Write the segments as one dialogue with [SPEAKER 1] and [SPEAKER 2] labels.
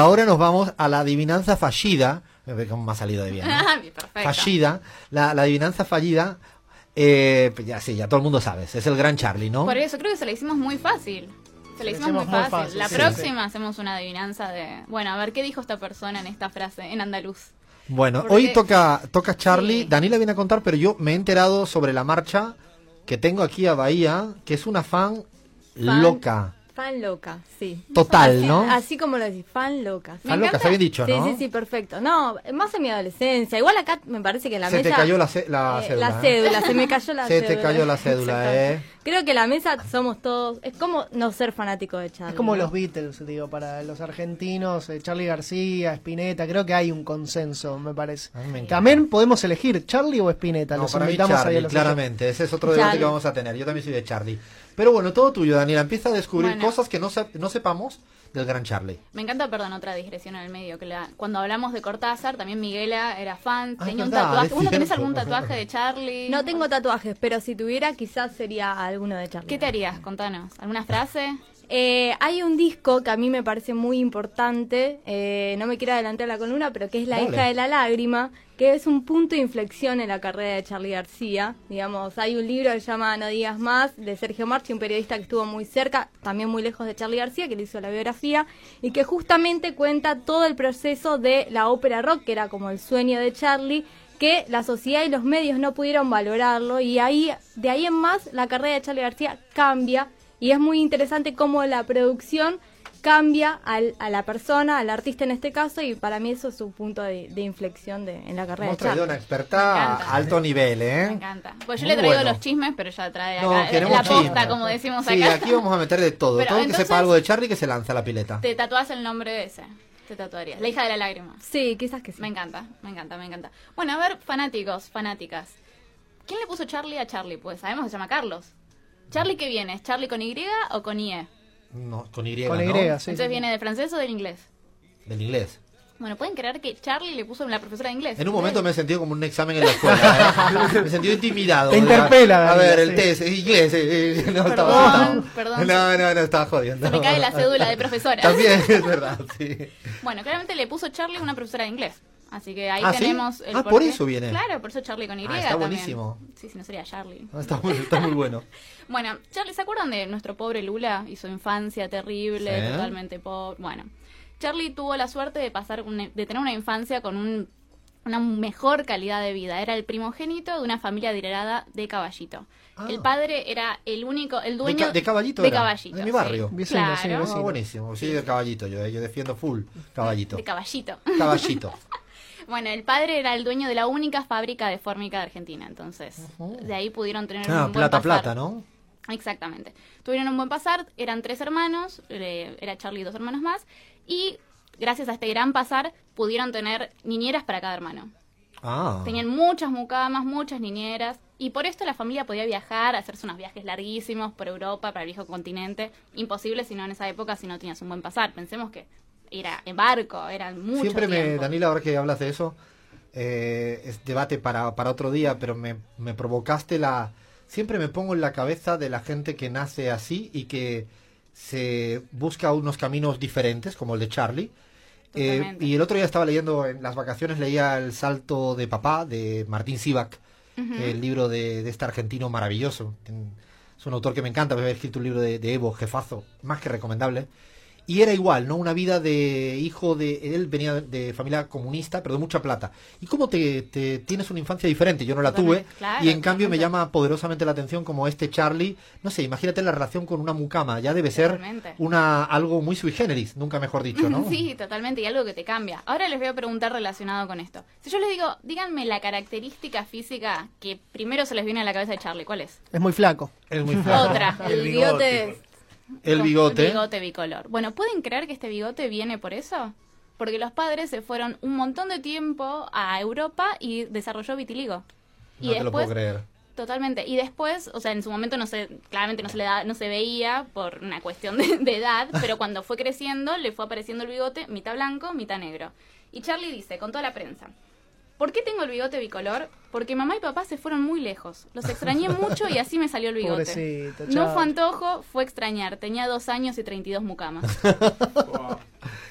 [SPEAKER 1] ahora nos vamos a la adivinanza fallida. Eh, ¿Cómo me ha salido de bien? ¿no?
[SPEAKER 2] Ah,
[SPEAKER 3] Perfecto.
[SPEAKER 1] fallida, la, la adivinanza fallida, eh, pues ya sí, ya todo el mundo sabe, es el gran Charlie, ¿no?
[SPEAKER 3] Por
[SPEAKER 2] e-
[SPEAKER 3] eso creo que se la hicimos muy fácil. Se la
[SPEAKER 4] Se la
[SPEAKER 3] hicimos muy
[SPEAKER 4] hicimos muy
[SPEAKER 3] fácil.
[SPEAKER 4] fácil,
[SPEAKER 3] La
[SPEAKER 4] sí,
[SPEAKER 3] próxima hacemos una adivinanza de. Bueno, a ver qué dijo esta persona en esta frase en andaluz.
[SPEAKER 1] Bueno,
[SPEAKER 3] porque-
[SPEAKER 2] e-
[SPEAKER 1] hoy toca, toca Charlie,
[SPEAKER 3] Sí.
[SPEAKER 1] Daniela viene a contar, pero yo me he enterado sobre la marcha que tengo aquí a Bahía, que es una fan,
[SPEAKER 2] Fan.
[SPEAKER 1] loca,
[SPEAKER 2] Fan loca, sí.
[SPEAKER 1] total, ¿no?
[SPEAKER 2] Así como lo decís, fan loca.
[SPEAKER 1] Fan loca, está bien dicho,
[SPEAKER 2] Sí,
[SPEAKER 1] ¿no?
[SPEAKER 2] sí, sí, perfecto. No, más en mi adolescencia. Igual acá me parece que en la
[SPEAKER 1] Se
[SPEAKER 2] mesa.
[SPEAKER 1] te cayó la, ce- la
[SPEAKER 2] eh,
[SPEAKER 1] cédula.
[SPEAKER 2] la
[SPEAKER 1] ¿eh?
[SPEAKER 2] cédula, se me cayó la
[SPEAKER 1] Se
[SPEAKER 2] cédula.
[SPEAKER 1] te cayó la cédula, ¿eh?
[SPEAKER 2] Exactamente. Creo que la mesa somos todos. Es como no ser fanático de Charlie.
[SPEAKER 4] Es como
[SPEAKER 2] ¿no?
[SPEAKER 4] los Beatles, digo, para los argentinos, eh, Charlie García, Spinetta, creo que hay un consenso, me parece.
[SPEAKER 1] A mí me encanta.
[SPEAKER 4] También podemos elegir Charlie o Spinetta,
[SPEAKER 1] No,
[SPEAKER 4] los
[SPEAKER 1] para mí
[SPEAKER 4] invitamos ahí a
[SPEAKER 1] Charlie,
[SPEAKER 4] los
[SPEAKER 1] claramente. Ese es otro debate
[SPEAKER 2] Charlie.
[SPEAKER 1] que vamos a tener. Yo también soy de Charlie. Pero bueno, todo tuyo, Daniela. Empieza a descubrir
[SPEAKER 3] Bueno.
[SPEAKER 1] cosas que no, sep- no sepamos del gran Charlie.
[SPEAKER 3] Me encanta, perdón, otra digresión en el medio. Que la- cuando hablamos de Cortázar, también Miguela era fan,
[SPEAKER 1] Ah,
[SPEAKER 3] tenía un
[SPEAKER 1] verdad,
[SPEAKER 3] tatuaje.
[SPEAKER 1] es
[SPEAKER 3] ¿Vos no tenés
[SPEAKER 1] cierto.
[SPEAKER 3] algún tatuaje de Charlie?
[SPEAKER 2] No tengo tatuajes, pero si tuviera, quizás sería alguno de Charlie.
[SPEAKER 3] ¿Qué te harías? Contanos. ¿Alguna frase?
[SPEAKER 2] Eh, hay un disco que a mí me parece muy importante, eh, no me quiero adelantar la columna, pero que es La
[SPEAKER 1] Dale.
[SPEAKER 2] hija de la lágrima, que es un punto de inflexión en la carrera de Charlie García. Digamos, hay un libro que se llama No digas más, de Sergio Marchi, un periodista que estuvo muy cerca, también muy lejos de Charlie García, que le hizo la biografía, y que justamente cuenta todo el proceso de la ópera rock, que era como el sueño de Charlie, que la sociedad y los medios no pudieron valorarlo y ahí de ahí en más la carrera de Charlie García cambia y es muy interesante cómo la producción cambia al- a la persona, al artista en este caso y para mí eso es su punto de, de inflexión de- en la carrera
[SPEAKER 1] Hemos
[SPEAKER 2] de
[SPEAKER 1] traído
[SPEAKER 2] Charlie.
[SPEAKER 1] una
[SPEAKER 3] Me
[SPEAKER 1] experta
[SPEAKER 3] encanta.
[SPEAKER 1] a alto nivel,
[SPEAKER 3] Me
[SPEAKER 1] ¿eh?
[SPEAKER 3] encanta. Pues yo
[SPEAKER 1] Muy
[SPEAKER 3] le traigo
[SPEAKER 1] bueno.
[SPEAKER 3] los chismes, pero ya trae
[SPEAKER 1] No,
[SPEAKER 3] acá eh,
[SPEAKER 1] queremos
[SPEAKER 3] la posta,
[SPEAKER 1] chisme.
[SPEAKER 3] como decimos
[SPEAKER 1] Sí,
[SPEAKER 3] acá.
[SPEAKER 1] aquí vamos a meter de todo.
[SPEAKER 3] Pero
[SPEAKER 1] todo el que
[SPEAKER 3] entonces-
[SPEAKER 1] sepa algo de Charlie que se lanza a la pileta.
[SPEAKER 3] Te tatuás el nombre de ese. Te tatuarías. La hija de la lágrima.
[SPEAKER 2] Sí, quizás que sí.
[SPEAKER 3] Me encanta, me encanta, me encanta. Bueno, a ver, fanáticos, fanáticas. ¿Quién le puso Charlie a Charlie? Pues sabemos que se llama Carlos. ¿Charlie qué viene? ¿Es Charlie con Y o con IE?
[SPEAKER 1] No, con Y,
[SPEAKER 4] oyentes. Con
[SPEAKER 1] ¿no?
[SPEAKER 4] Y, sí.
[SPEAKER 3] Entonces viene del francés o del inglés.
[SPEAKER 1] Del inglés.
[SPEAKER 3] Bueno, pueden creer que Charlie le puso la profesora de inglés.
[SPEAKER 1] En un momento me he sentido como un examen en la escuela. ¿eh? Me he sentido intimidado.
[SPEAKER 4] Te
[SPEAKER 1] Porque,
[SPEAKER 4] interpela,
[SPEAKER 1] A
[SPEAKER 4] Daniela,
[SPEAKER 1] ver, el
[SPEAKER 4] sí.
[SPEAKER 1] test, eh, inglés. eh, eh, no,
[SPEAKER 3] Perdón,
[SPEAKER 1] estaba- no,
[SPEAKER 3] perdón.
[SPEAKER 1] No, no, no, estaba jodiendo.
[SPEAKER 3] Se me cae la cédula de profesora.
[SPEAKER 1] También, es verdad, sí.
[SPEAKER 3] Bueno, claramente le puso Charlie a una profesora de inglés. Así que ahí
[SPEAKER 1] Ah, ¿sí?
[SPEAKER 3] tenemos el
[SPEAKER 1] Ah,
[SPEAKER 3] porqué.
[SPEAKER 1] por eso viene.
[SPEAKER 3] Claro, por eso Charlie con Y.
[SPEAKER 1] Ah, está
[SPEAKER 3] también.
[SPEAKER 1] buenísimo.
[SPEAKER 3] Sí, si no sería Charlie.
[SPEAKER 1] No, Está muy, está muy bueno.
[SPEAKER 3] Bueno, Charlie, ¿se acuerdan de nuestro pobre Lula y su infancia terrible,
[SPEAKER 1] Sí.
[SPEAKER 3] totalmente pobre? Bueno, Charlie tuvo la suerte de pasar una- de tener una infancia con un- una mejor calidad de vida. Era el primogénito de una familia adinerada de Caballito.
[SPEAKER 1] Ah.
[SPEAKER 3] El padre era el único, el
[SPEAKER 1] De,
[SPEAKER 3] dueño
[SPEAKER 1] ca- de caballito.
[SPEAKER 3] de
[SPEAKER 1] era,
[SPEAKER 3] Caballito,
[SPEAKER 1] De mi
[SPEAKER 3] sí.
[SPEAKER 1] barrio.
[SPEAKER 4] Vecino, sí,
[SPEAKER 3] Claro.
[SPEAKER 1] Ah,
[SPEAKER 4] vecino.
[SPEAKER 1] buenísimo. Sí, de caballito yo, eh, yo defiendo full caballito.
[SPEAKER 3] de Caballito.
[SPEAKER 1] Caballito.
[SPEAKER 3] Bueno, el padre era el dueño de la única fábrica de fórmica de Argentina, entonces de ahí pudieron tener
[SPEAKER 1] Ah,
[SPEAKER 3] un buen
[SPEAKER 1] plata,
[SPEAKER 3] pasar.
[SPEAKER 1] plata, ¿no?
[SPEAKER 3] Exactamente. Tuvieron un buen pasar, eran tres hermanos, eh, era Charlie y dos hermanos más, y gracias a este gran pasar pudieron tener niñeras para cada hermano.
[SPEAKER 1] Ah.
[SPEAKER 3] Tenían muchas mucamas, muchas niñeras, y por esto la familia podía viajar, hacerse unos viajes larguísimos por Europa, para el viejo continente, imposible si no en esa época si no tenías un buen pasar. Pensemos que era en barco, eran mucho
[SPEAKER 1] Siempre me,
[SPEAKER 3] tiempo.
[SPEAKER 1] Daniela, ahora que hablas de eso, eh, es debate para, para otro día, pero me, me provocaste la... Siempre me pongo en la cabeza de la gente que nace así y que se busca unos caminos diferentes, como el de Charlie. Eh,
[SPEAKER 3] Totalmente.
[SPEAKER 1] y el otro día estaba leyendo, en las vacaciones leía El Salto de Papá de Martín Sivak, el libro de, de este argentino maravilloso. Es un autor que me encanta, había escrito un libro de, de Evo, jefazo, más que recomendable. Y era igual, ¿no? Una vida de hijo de... Él venía de familia comunista, pero de mucha plata. ¿Y cómo te, te- tienes una infancia diferente? Yo no la tuve.
[SPEAKER 3] Totalmente, claro,
[SPEAKER 1] y en cambio me
[SPEAKER 3] totalmente.
[SPEAKER 1] llama poderosamente la atención como este Charlie. No sé, imagínate la relación con una mucama. Ya debe ser
[SPEAKER 3] Totalmente.
[SPEAKER 1] una algo muy sui generis, nunca mejor dicho, ¿no?
[SPEAKER 3] Sí, totalmente, y algo que te cambia. Ahora les voy a preguntar relacionado con esto. Si yo les digo, díganme la característica física que primero se les viene a la cabeza de Charlie, ¿cuál es?
[SPEAKER 4] Es muy flaco.
[SPEAKER 1] Es muy feo.
[SPEAKER 3] Otra.
[SPEAKER 2] El bigote es-
[SPEAKER 1] El bigote.
[SPEAKER 3] El bigote bicolor. Bueno, ¿pueden creer que este bigote viene por eso? Porque los padres se fueron un montón de tiempo a Europa y desarrolló vitiligo.
[SPEAKER 1] No te lo puedo creer.
[SPEAKER 3] Totalmente. Y después, o sea, en su momento no se, claramente no se le da, no se veía por una cuestión de, de edad, pero cuando fue creciendo le fue apareciendo el bigote, mitad blanco, mitad negro. Y Charlie dice, con toda la prensa, ¿por qué tengo el bigote bicolor? Porque mamá y papá se fueron muy lejos. Los extrañé mucho y así me salió el bigote.
[SPEAKER 4] Pobrecito,
[SPEAKER 3] no
[SPEAKER 4] Charlie.
[SPEAKER 3] fue antojo, fue extrañar. Tenía dos años y 32 mucamas.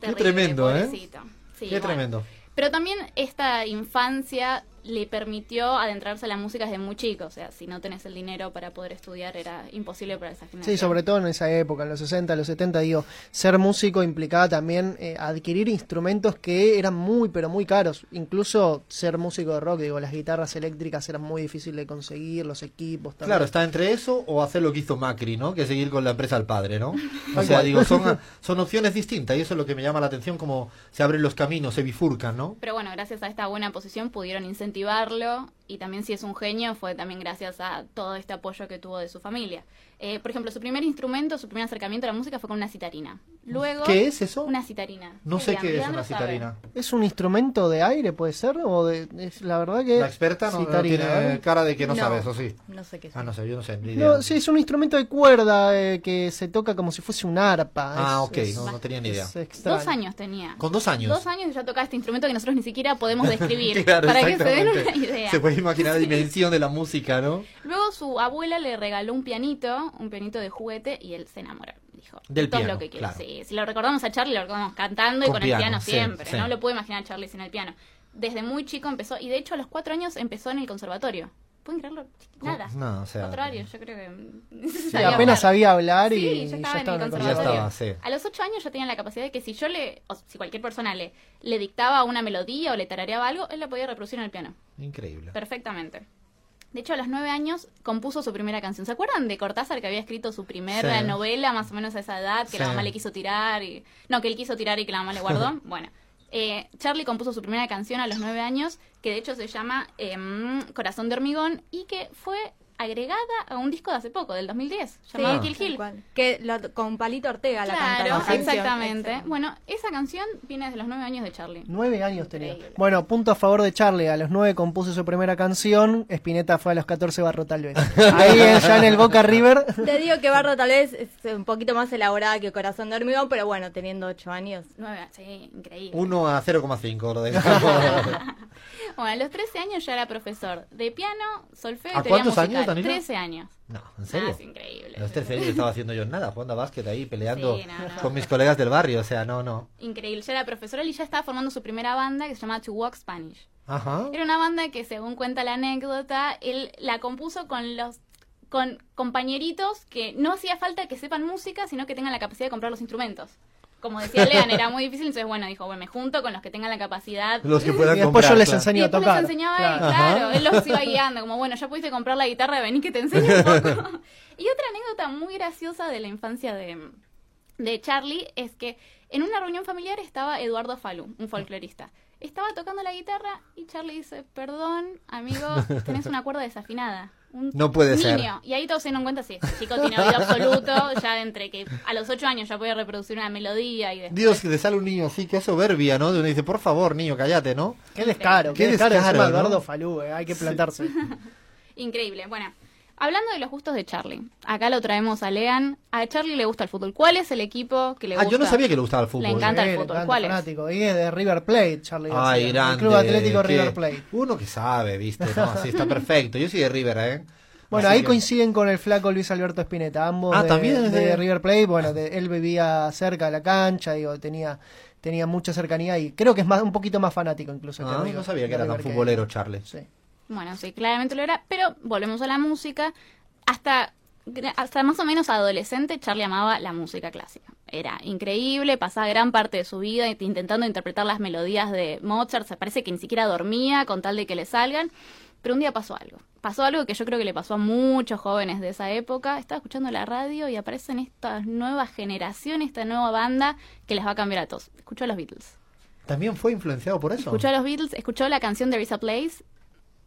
[SPEAKER 3] Terrible,
[SPEAKER 1] tremendo, ¿eh?
[SPEAKER 3] pobrecito. Sí,
[SPEAKER 1] Qué
[SPEAKER 3] bueno.
[SPEAKER 1] tremendo.
[SPEAKER 3] Pero también esta infancia le permitió adentrarse a la música desde muy chico. O sea, si no tenés el dinero para poder estudiar, era imposible para esa generación.
[SPEAKER 4] Sí, sobre todo en esa época, en los 60, en los 70, digo, ser músico implicaba también eh, adquirir instrumentos que eran muy, pero muy caros. Incluso ser músico de rock, digo, las guitarras eléctricas eran muy difíciles de conseguir, los equipos también.
[SPEAKER 1] Claro, está entre eso o hacer lo que hizo Macri, ¿no? Que seguir con la empresa al padre, ¿no? O sea, digo, son, son opciones distintas y eso es lo que me llama la atención, como se abren los caminos, se bifurcan, ¿no?
[SPEAKER 3] Pero bueno, gracias a esta buena posición pudieron incentivarlo y también si es un genio fue también gracias a todo este apoyo que tuvo de su familia. Eh, por ejemplo, su primer instrumento, su primer acercamiento a la música fue con una citarina. Luego,
[SPEAKER 1] ¿Qué es eso?
[SPEAKER 3] Una citarina.
[SPEAKER 1] No sé qué
[SPEAKER 3] Leandro,
[SPEAKER 1] es una
[SPEAKER 3] Leandro sabe.
[SPEAKER 1] citarina.
[SPEAKER 4] ¿Es un instrumento de aire, puede ser? o de, es, La verdad que...
[SPEAKER 1] La experta no, no
[SPEAKER 4] Eh, Citarina,
[SPEAKER 1] tiene
[SPEAKER 4] ¿eh?
[SPEAKER 1] cara de que no, sabe eso, sí.
[SPEAKER 2] No sé qué es.
[SPEAKER 1] Ah, no sé, yo no sé. ni idea.
[SPEAKER 4] No, sí, es un instrumento de cuerda eh, que se toca como si fuese un arpa.
[SPEAKER 1] Ah,
[SPEAKER 4] Es-
[SPEAKER 1] ok,
[SPEAKER 4] es-
[SPEAKER 1] no, no tenía ni idea.
[SPEAKER 4] es extraño.
[SPEAKER 3] Dos años tenía.
[SPEAKER 1] Con dos años.
[SPEAKER 3] Dos años y ya tocaba este instrumento que nosotros ni siquiera podemos describir.
[SPEAKER 1] Claro,
[SPEAKER 3] para que se den una
[SPEAKER 1] exactamente.
[SPEAKER 3] idea.
[SPEAKER 1] Se puede imaginar la dimensión de la música, ¿no?
[SPEAKER 3] Luego su abuela le regaló un pianito, un pianito de juguete, y él se enamoró. Dijo,
[SPEAKER 1] Del
[SPEAKER 3] todo
[SPEAKER 1] piano,
[SPEAKER 3] lo que quiero.
[SPEAKER 1] claro.
[SPEAKER 3] Sí, si lo recordamos a Charlie, lo recordamos cantando y
[SPEAKER 1] Con
[SPEAKER 3] con
[SPEAKER 1] piano,
[SPEAKER 3] el piano
[SPEAKER 1] sí,
[SPEAKER 3] siempre.
[SPEAKER 1] sí.
[SPEAKER 3] No lo puedo imaginar a Charlie sin el piano. Desde muy chico empezó, y de hecho a los cuatro años empezó en el conservatorio. ¿Pueden creerlo? Nada.
[SPEAKER 1] No, o sea,
[SPEAKER 3] Cuatro años, yo creo que...
[SPEAKER 4] Sí,
[SPEAKER 3] sabía
[SPEAKER 4] apenas
[SPEAKER 3] hablar.
[SPEAKER 4] sabía hablar
[SPEAKER 3] Sí,
[SPEAKER 4] y
[SPEAKER 3] ya estaba en el
[SPEAKER 4] en
[SPEAKER 1] conservatorio.
[SPEAKER 4] el
[SPEAKER 3] conservatorio.
[SPEAKER 1] Ya estaba, sí.
[SPEAKER 3] A los ocho años ya tenía la capacidad de que si yo le, o si cualquier persona le, le dictaba una melodía o le tarareaba algo, él la podía reproducir en el piano.
[SPEAKER 1] Increíble.
[SPEAKER 3] Perfectamente. De hecho, a los nueve años compuso su primera canción. ¿Se acuerdan de Cortázar que había escrito su primera
[SPEAKER 1] Sí.
[SPEAKER 3] novela más o menos a esa edad, que la
[SPEAKER 1] Sí.
[SPEAKER 3] mamá le quiso tirar y... No, que él quiso tirar y que la mamá le guardó? bueno, eh, Charlie compuso su primera canción a los nueve años, que de hecho se llama em, Corazón de Hormigón y que fue agregada a un disco de hace poco, del 2010, llamado
[SPEAKER 1] Ah.
[SPEAKER 3] Kill Hill.
[SPEAKER 2] Tal cual. Que la- con Palito Ortega la
[SPEAKER 3] Claro,
[SPEAKER 2] cantaba la canción.
[SPEAKER 3] exactamente.
[SPEAKER 2] Exacto.
[SPEAKER 3] Bueno, esa canción viene desde los nueve años de Charlie.
[SPEAKER 4] Nueve años tenía.
[SPEAKER 3] Increíble.
[SPEAKER 4] Bueno, punto a favor de Charlie. A los nueve compuso su primera canción. Spinetta fue a los 14 barro tal vez. Ahí eh, ya en el Boca River.
[SPEAKER 2] Te digo que Barro tal vez es un poquito más elaborada que Corazón de Hormigón, pero bueno, teniendo ocho años.
[SPEAKER 3] Nueve, sí, increíble.
[SPEAKER 1] 1 a 0,5 lo de
[SPEAKER 3] Bueno, a los 13 años ya era profesor de piano, solfeo y
[SPEAKER 1] ¿A
[SPEAKER 3] teoría
[SPEAKER 1] cuántos
[SPEAKER 3] musical.
[SPEAKER 1] años, Daniela?
[SPEAKER 3] 13 años.
[SPEAKER 1] No, en
[SPEAKER 3] Ah,
[SPEAKER 1] serio.
[SPEAKER 3] es increíble.
[SPEAKER 1] A los 13 años estaba haciendo yo nada, jugando a básquet ahí, peleando
[SPEAKER 3] Sí, no, no.
[SPEAKER 1] con mis colegas del barrio, o sea, no, no.
[SPEAKER 3] Increíble, ya era profesor y ya estaba formando su primera banda que se llamaba To Walk Spanish.
[SPEAKER 1] Ajá.
[SPEAKER 3] Era una banda que, según cuenta la anécdota, él la compuso con los con compañeritos que no hacía falta que sepan música, sino que tengan la capacidad de comprar los instrumentos. Como decía Lean, era muy difícil, entonces bueno, dijo, bueno, me junto con los que tengan la capacidad
[SPEAKER 1] Los que
[SPEAKER 4] Y
[SPEAKER 1] puedan
[SPEAKER 4] después
[SPEAKER 1] comprar.
[SPEAKER 4] yo les
[SPEAKER 1] claro.
[SPEAKER 4] enseño
[SPEAKER 3] y
[SPEAKER 4] a
[SPEAKER 3] después
[SPEAKER 4] tocar.
[SPEAKER 3] les enseñaba
[SPEAKER 4] Claro.
[SPEAKER 3] él, claro.
[SPEAKER 1] Ajá.
[SPEAKER 3] Él los iba guiando, como bueno, ya pudiste comprar la guitarra, vení que te enseño un poco. y otra anécdota muy graciosa de la infancia de, de Charlie es que en una reunión familiar estaba Eduardo Falú, un folclorista. Estaba tocando la guitarra y Charlie dice, perdón, amigo, tenés una cuerda desafinada. Un
[SPEAKER 1] No puede
[SPEAKER 3] niño.
[SPEAKER 1] ser.
[SPEAKER 3] Y ahí todos se dieron cuenta, si este chico tiene oído absoluto, ya de entre que a los ocho años ya podía reproducir una melodía y después
[SPEAKER 1] Dios, que te sale un niño así, que es soberbia, ¿no? De uno dice, por favor, niño, cállate, ¿no?
[SPEAKER 4] Qué descaro.
[SPEAKER 1] Qué
[SPEAKER 4] Qué descaro.
[SPEAKER 1] descaro,
[SPEAKER 4] encima de
[SPEAKER 1] ¿no?
[SPEAKER 4] Eduardo Falú, eh, Hay que plantarse.
[SPEAKER 3] Increíble. Bueno, hablando de los gustos de Charlie, acá lo traemos a Lean. A Charlie le gusta el fútbol. ¿Cuál es el equipo que le
[SPEAKER 1] Ah,
[SPEAKER 3] gusta?
[SPEAKER 1] yo no sabía que le gustaba el fútbol.
[SPEAKER 3] Le encanta el
[SPEAKER 4] Eh,
[SPEAKER 3] fútbol.
[SPEAKER 4] grande
[SPEAKER 3] ¿Cuál es?
[SPEAKER 4] fanático. Y es de River Plate, Charlie. García,
[SPEAKER 1] Ay,
[SPEAKER 4] del
[SPEAKER 1] grande.
[SPEAKER 4] Club Atlético
[SPEAKER 1] qué-
[SPEAKER 4] River Plate.
[SPEAKER 1] Uno que sabe, viste, ¿no? Así está perfecto. Yo soy de River, ¿eh?
[SPEAKER 4] Bueno,
[SPEAKER 1] Así
[SPEAKER 4] ahí
[SPEAKER 1] que-
[SPEAKER 4] coinciden con el flaco Luis Alberto Spinetta, ambos
[SPEAKER 1] Ah,
[SPEAKER 4] de,
[SPEAKER 1] también es
[SPEAKER 4] de
[SPEAKER 1] de-
[SPEAKER 4] River Plate, bueno, de- él vivía cerca de la cancha, digo, tenía tenía mucha cercanía y creo que es más un poquito más fanático incluso.
[SPEAKER 1] Ah,
[SPEAKER 4] River-
[SPEAKER 1] no sabía que
[SPEAKER 4] de
[SPEAKER 1] era tan
[SPEAKER 4] River
[SPEAKER 1] futbolero, Charlie.
[SPEAKER 4] Sí.
[SPEAKER 3] Bueno, sí, claramente lo era. Pero volvemos a la música. Hasta, hasta más o menos adolescente, Charlie amaba la música clásica. Era increíble, pasaba gran parte de su vida int- intentando interpretar las melodías de Mozart. Se parece que ni siquiera dormía con tal de que le salgan. Pero un día pasó algo. Pasó algo que yo creo que le pasó a muchos jóvenes de esa época. Estaba escuchando la radio y aparecen estas nuevas generaciones, esta nueva banda que les va a cambiar a todos. Escuchó a los Beatles.
[SPEAKER 1] También fue influenciado por eso.
[SPEAKER 3] Escuchó a los Beatles, escuchó la canción There is a Place,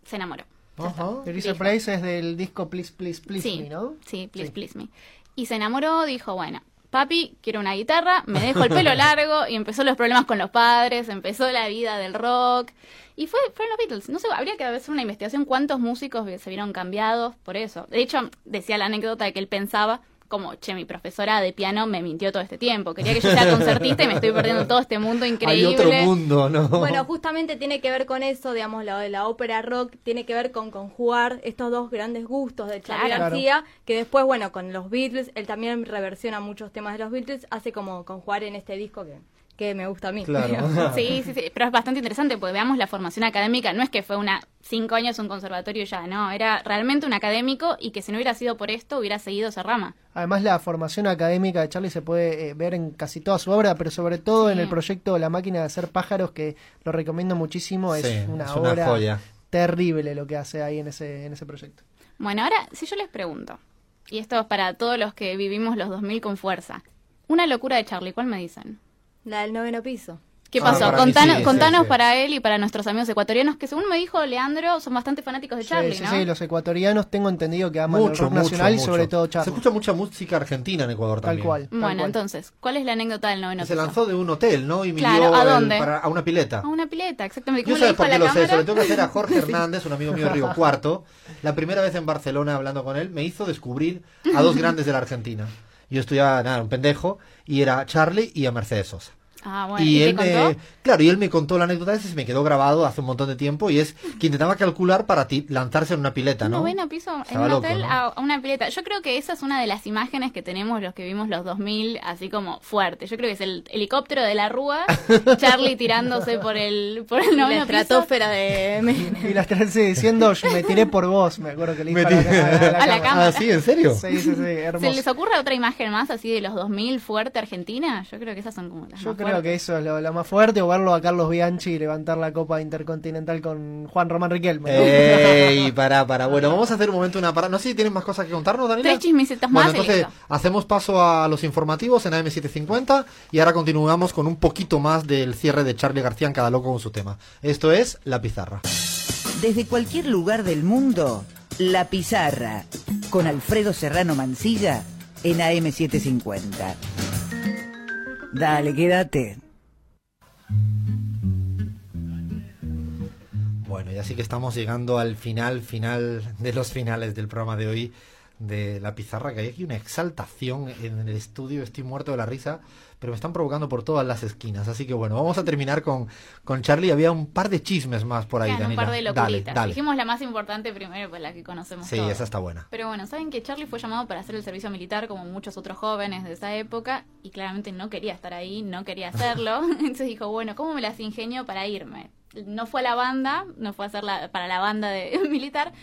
[SPEAKER 3] se enamoró.
[SPEAKER 1] Ajá.
[SPEAKER 4] The River Plate es del disco Please, Please, Please
[SPEAKER 3] sí,
[SPEAKER 4] Me, ¿no?
[SPEAKER 3] Sí, please, please me. Y se enamoró, dijo, bueno, papi, quiero una guitarra, me dejo el pelo largo y empezó los problemas con los padres, empezó la vida del rock. Y fue, fueron los Beatles. No sé, habría que hacer una investigación cuántos músicos se vieron cambiados por eso. De hecho, decía la anécdota de que él pensaba como, che, mi profesora de piano me mintió todo este tiempo. Quería que yo sea concertista y me estoy perdiendo todo este mundo increíble.
[SPEAKER 1] Hay otro mundo, ¿no?
[SPEAKER 2] Bueno, justamente tiene que ver con eso, digamos, la, la ópera rock tiene que ver con conjugar estos dos grandes gustos de Charlie
[SPEAKER 3] Claro.
[SPEAKER 2] García, que después, bueno, con los Beatles, él también reversiona muchos temas de los Beatles, hace como conjugar en este disco que, que me gusta a mí.
[SPEAKER 1] Claro.
[SPEAKER 3] Sí, sí, sí, pero es bastante interesante porque veamos la formación académica, no es que fue una cinco años un conservatorio y ya, no, era realmente un académico y que si no hubiera sido por esto hubiera seguido esa rama.
[SPEAKER 4] Además, la formación académica de Charlie se puede eh, ver en casi toda su obra, pero sobre todo
[SPEAKER 3] Sí.
[SPEAKER 4] en el proyecto La máquina de hacer pájaros, que lo recomiendo muchísimo. Es
[SPEAKER 1] Sí,
[SPEAKER 4] una
[SPEAKER 1] es una
[SPEAKER 4] obra
[SPEAKER 1] joya.
[SPEAKER 4] terrible lo que hace ahí en ese, en ese proyecto.
[SPEAKER 3] Bueno, ahora si yo les pregunto, y esto es para todos los que vivimos los 2000 con fuerza, una locura de Charlie, ¿cuál me dicen?
[SPEAKER 2] La del noveno piso.
[SPEAKER 3] ¿Qué
[SPEAKER 1] Ah,
[SPEAKER 3] pasó?
[SPEAKER 1] para mí
[SPEAKER 3] contanos
[SPEAKER 1] sí,
[SPEAKER 3] contanos
[SPEAKER 1] sí, sí.
[SPEAKER 3] para él y para nuestros amigos ecuatorianos que según me dijo Leandro son bastante fanáticos de Charlie,
[SPEAKER 4] sí, sí,
[SPEAKER 3] ¿no?
[SPEAKER 4] sí, los ecuatorianos tengo entendido que aman el rock nacional y sobre
[SPEAKER 1] mucho.
[SPEAKER 4] todo
[SPEAKER 1] Se
[SPEAKER 4] Charlie.
[SPEAKER 1] escucha mucha música argentina en Ecuador
[SPEAKER 4] Tal
[SPEAKER 1] también.
[SPEAKER 4] cual. tal
[SPEAKER 3] Bueno,
[SPEAKER 4] cual.
[SPEAKER 3] entonces, ¿cuál es la anécdota del noveno
[SPEAKER 1] Que se
[SPEAKER 3] piso?
[SPEAKER 1] lanzó de un hotel, ¿no? Y midió
[SPEAKER 3] pues Claro, ¿a
[SPEAKER 1] el-
[SPEAKER 3] dónde?
[SPEAKER 1] para- a una pileta.
[SPEAKER 3] A una pileta, exactamente.
[SPEAKER 1] Yo
[SPEAKER 3] ¿Cómo le
[SPEAKER 1] sabes
[SPEAKER 3] dijo
[SPEAKER 1] por
[SPEAKER 3] a
[SPEAKER 1] qué
[SPEAKER 3] la
[SPEAKER 1] lo sé, se
[SPEAKER 3] cámara?
[SPEAKER 1] lo tengo que hacer a Jorge Hernández, un amigo mío de Río Cuarto. La primera vez en Barcelona hablando con él me hizo descubrir a dos grandes de la Argentina. Yo estudiaba, nada, un pendejo, y era Charlie y a Mercedes Sosa.
[SPEAKER 3] Ah, bueno,
[SPEAKER 1] y
[SPEAKER 3] ¿y,
[SPEAKER 1] él
[SPEAKER 3] qué contó?
[SPEAKER 1] me, claro, y él me contó la anécdota esa y se me quedó grabado hace un montón de tiempo y es que intentaba calcular para ti, lanzarse en una pileta,
[SPEAKER 3] Un
[SPEAKER 1] ¿no?
[SPEAKER 3] noveno piso en
[SPEAKER 1] Estaba
[SPEAKER 3] un
[SPEAKER 1] loco,
[SPEAKER 3] hotel
[SPEAKER 1] ¿no? Ah,
[SPEAKER 3] a a una pileta. Yo creo que esa es una de las imágenes que tenemos los que vimos los 2000, así como fuerte. Yo creo que es el helicóptero de la Rúa, Charlie tirándose por el, por el
[SPEAKER 2] la
[SPEAKER 3] noveno piso.
[SPEAKER 2] estratosfera de...
[SPEAKER 4] Y las tres diciendo, "Yo me tiré por vos, me acuerdo que le
[SPEAKER 1] Me
[SPEAKER 4] dijo a la-
[SPEAKER 1] tiré-
[SPEAKER 4] a la- a la
[SPEAKER 3] A la
[SPEAKER 4] cámara.
[SPEAKER 3] cámara.
[SPEAKER 1] Ah, sí, ¿en serio?
[SPEAKER 4] Sí, sí, sí, hermoso.
[SPEAKER 3] ¿Se les ocurre otra imagen más así de los 2000 fuerte Argentina? Yo creo que esas son como las
[SPEAKER 4] Yo
[SPEAKER 3] más
[SPEAKER 4] creo que
[SPEAKER 3] fuertes.
[SPEAKER 4] eso es lo, lo más fuerte, o verlo a Carlos Bianchi levantar la Copa Intercontinental con Juan Román Riquelme. ¿no?
[SPEAKER 1] Eh. Ey, pará, pará. Bueno, vamos a hacer un momento una parada. No sé si tienen más cosas que contarnos, Daniela.
[SPEAKER 3] Tres chismecitos
[SPEAKER 1] Bueno,
[SPEAKER 3] más y
[SPEAKER 1] entonces
[SPEAKER 3] listo.
[SPEAKER 1] hacemos paso a los informativos en AM750 y ahora continuamos con un poquito más del cierre de Charlie García en Cada Loco con su tema. Esto es La Pizarra.
[SPEAKER 5] Desde cualquier lugar del mundo, La Pizarra, con Alfredo Serrano Mancilla en AM750. Dale, quédate.
[SPEAKER 1] Bueno, ya sí que estamos llegando al final, final de los finales del programa de hoy de La Pizarra, que hay aquí una exaltación en el estudio, estoy muerto de la risa, pero me están provocando por todas las esquinas. Así que bueno, vamos a terminar con, con Charlie. Había un par de chismes más por ahí,
[SPEAKER 3] Quedan un
[SPEAKER 1] Daniela.
[SPEAKER 3] par de
[SPEAKER 1] dale,
[SPEAKER 3] locuritas.
[SPEAKER 1] dale.
[SPEAKER 3] Dijimos la más importante primero, pues la que conocemos
[SPEAKER 1] Sí,
[SPEAKER 3] todos.
[SPEAKER 1] esa está buena.
[SPEAKER 3] Pero bueno, saben que Charlie fue llamado para hacer el servicio militar como muchos otros jóvenes de esa época y claramente no quería estar ahí, no quería hacerlo. Entonces dijo, bueno, ¿cómo me las ingenio para irme? No fue a la banda, no fue a hacer la- para la banda de militar.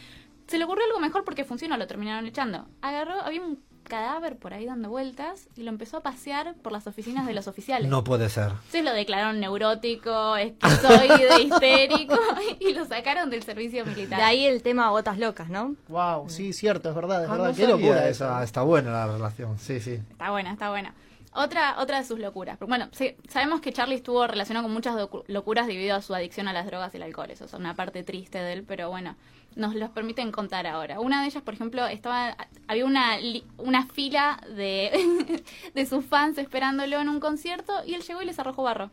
[SPEAKER 3] Se le ocurrió algo mejor porque funcionó, lo terminaron echando. Agarró, había un cadáver por ahí dando vueltas y lo empezó a pasear por las oficinas de los oficiales.
[SPEAKER 1] No puede ser.
[SPEAKER 3] Entonces lo declararon neurótico, esquizoide, histérico y lo sacaron del servicio
[SPEAKER 2] De
[SPEAKER 3] militar.
[SPEAKER 2] ahí el tema botas locas, ¿no?
[SPEAKER 4] Wow, sí, cierto, es verdad, es
[SPEAKER 1] Ah,
[SPEAKER 4] verdad.
[SPEAKER 1] no
[SPEAKER 4] Qué
[SPEAKER 1] sabía esa,
[SPEAKER 4] locura esa.
[SPEAKER 1] Está buena la relación, sí, sí.
[SPEAKER 3] Está buena, está buena. Otra, otra de sus locuras. Pero Bueno, se- sabemos que Charlie estuvo relacionado con muchas docu- locuras debido a su adicción a las drogas y el alcohol. Eso es una parte triste de él, pero bueno, nos los permiten contar ahora. Una de ellas, por ejemplo, estaba había una, li- una fila de, de sus fans esperándolo en un concierto y él llegó y les arrojó barro.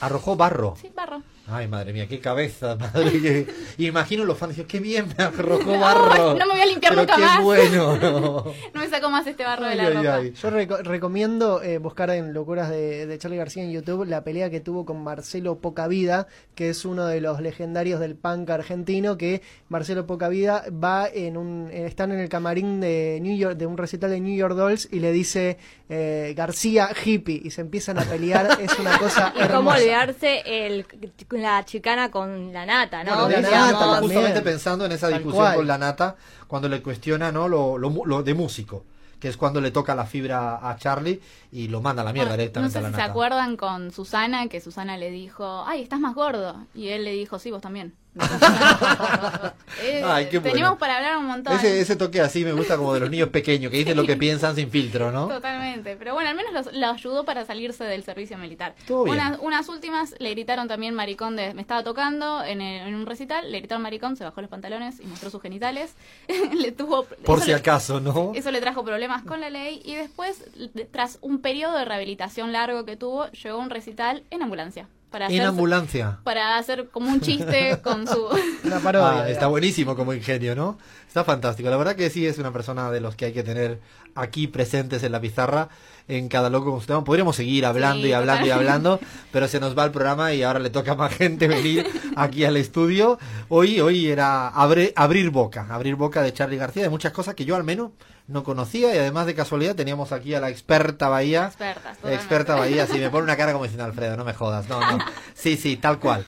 [SPEAKER 1] Arrojó barro.
[SPEAKER 3] Sí, barro.
[SPEAKER 1] Ay, madre mía, qué cabeza. Madre, que- Imagino los fans, qué bien me arrojó
[SPEAKER 3] Ay,
[SPEAKER 1] barro.
[SPEAKER 3] no me voy a limpiar
[SPEAKER 1] Pero
[SPEAKER 3] nunca
[SPEAKER 1] qué
[SPEAKER 3] más.
[SPEAKER 1] bueno.
[SPEAKER 3] No me sacó más este barro de la
[SPEAKER 1] Ay, ay,
[SPEAKER 3] ropa.
[SPEAKER 1] ay.
[SPEAKER 4] Yo reco- recomiendo eh, buscar en Locuras de, de Charlie García en YouTube la pelea que tuvo con Marcelo Pocavida, que es uno de los legendarios del punk argentino, que Marcelo Pocavida va en un, eh, están en el camarín de New York, de un recital de New York Dolls y le dice eh, García hippie y se empiezan a pelear, es una cosa
[SPEAKER 2] Y cómo
[SPEAKER 4] Ah, hermosa.
[SPEAKER 2] olvidarse el, la chicana con la nata, ¿no?
[SPEAKER 4] Bueno,
[SPEAKER 1] de
[SPEAKER 4] la
[SPEAKER 1] nata,
[SPEAKER 2] Digamos,
[SPEAKER 4] nata también.
[SPEAKER 1] justamente pensando en esa
[SPEAKER 4] Tal
[SPEAKER 1] discusión
[SPEAKER 4] cual.
[SPEAKER 1] con la nata, cuando le cuestiona ¿no? lo, lo mu- lo de músico, que es cuando le toca la fibra a Charlie y lo manda a la mierda
[SPEAKER 3] Bueno,
[SPEAKER 1] directamente a
[SPEAKER 3] no sé
[SPEAKER 1] la
[SPEAKER 3] si
[SPEAKER 1] nata.
[SPEAKER 3] se acuerdan con Susana, que Susana le dijo, ay, estás más gordo. Y él le dijo, sí, vos también. Eh,
[SPEAKER 1] Ay, qué bueno.
[SPEAKER 3] Tenemos para hablar un montón.
[SPEAKER 1] Ese, ese toque así me gusta como de los niños pequeños que dicen lo que piensan sin filtro, ¿no?
[SPEAKER 3] Totalmente. Pero bueno, al menos los- lo ayudó para salirse del servicio militar.
[SPEAKER 1] Estuvo bien.
[SPEAKER 3] Unas, unas últimas le gritaron también maricón de... Me estaba tocando en, el- en un recital, le gritaron maricón, se bajó los pantalones y mostró sus genitales. le tuvo...
[SPEAKER 1] Por
[SPEAKER 3] eso
[SPEAKER 1] si
[SPEAKER 3] le-
[SPEAKER 1] acaso, ¿no?
[SPEAKER 3] Eso le trajo problemas con la ley y después, de- tras un periodo de rehabilitación largo que tuvo, llegó a un recital en ambulancia. Para
[SPEAKER 1] En
[SPEAKER 3] hacer-
[SPEAKER 1] ambulancia.
[SPEAKER 3] Para hacer como un chiste con su...
[SPEAKER 4] Una parodia.
[SPEAKER 1] Ah, está buenísimo como ingenio, ¿no? Está fantástico. La verdad que sí es una persona de los que hay que tener aquí presentes en la pizarra en Cada Loco con su tema. Podríamos seguir hablando
[SPEAKER 3] Sí,
[SPEAKER 1] y hablando y
[SPEAKER 3] totalmente.
[SPEAKER 1] hablando, pero se nos va el programa y ahora le toca a más gente venir aquí al estudio. Hoy, hoy era abre- abrir boca, abrir boca de Charlie García, de muchas cosas que yo al menos no conocía y además de casualidad teníamos aquí a la experta Bahía.
[SPEAKER 3] Expertas, totalmente.
[SPEAKER 1] Experta Bahía, si me pone una cara como diciendo Alfredo, no me jodas. No, no. Sí, sí, tal cual.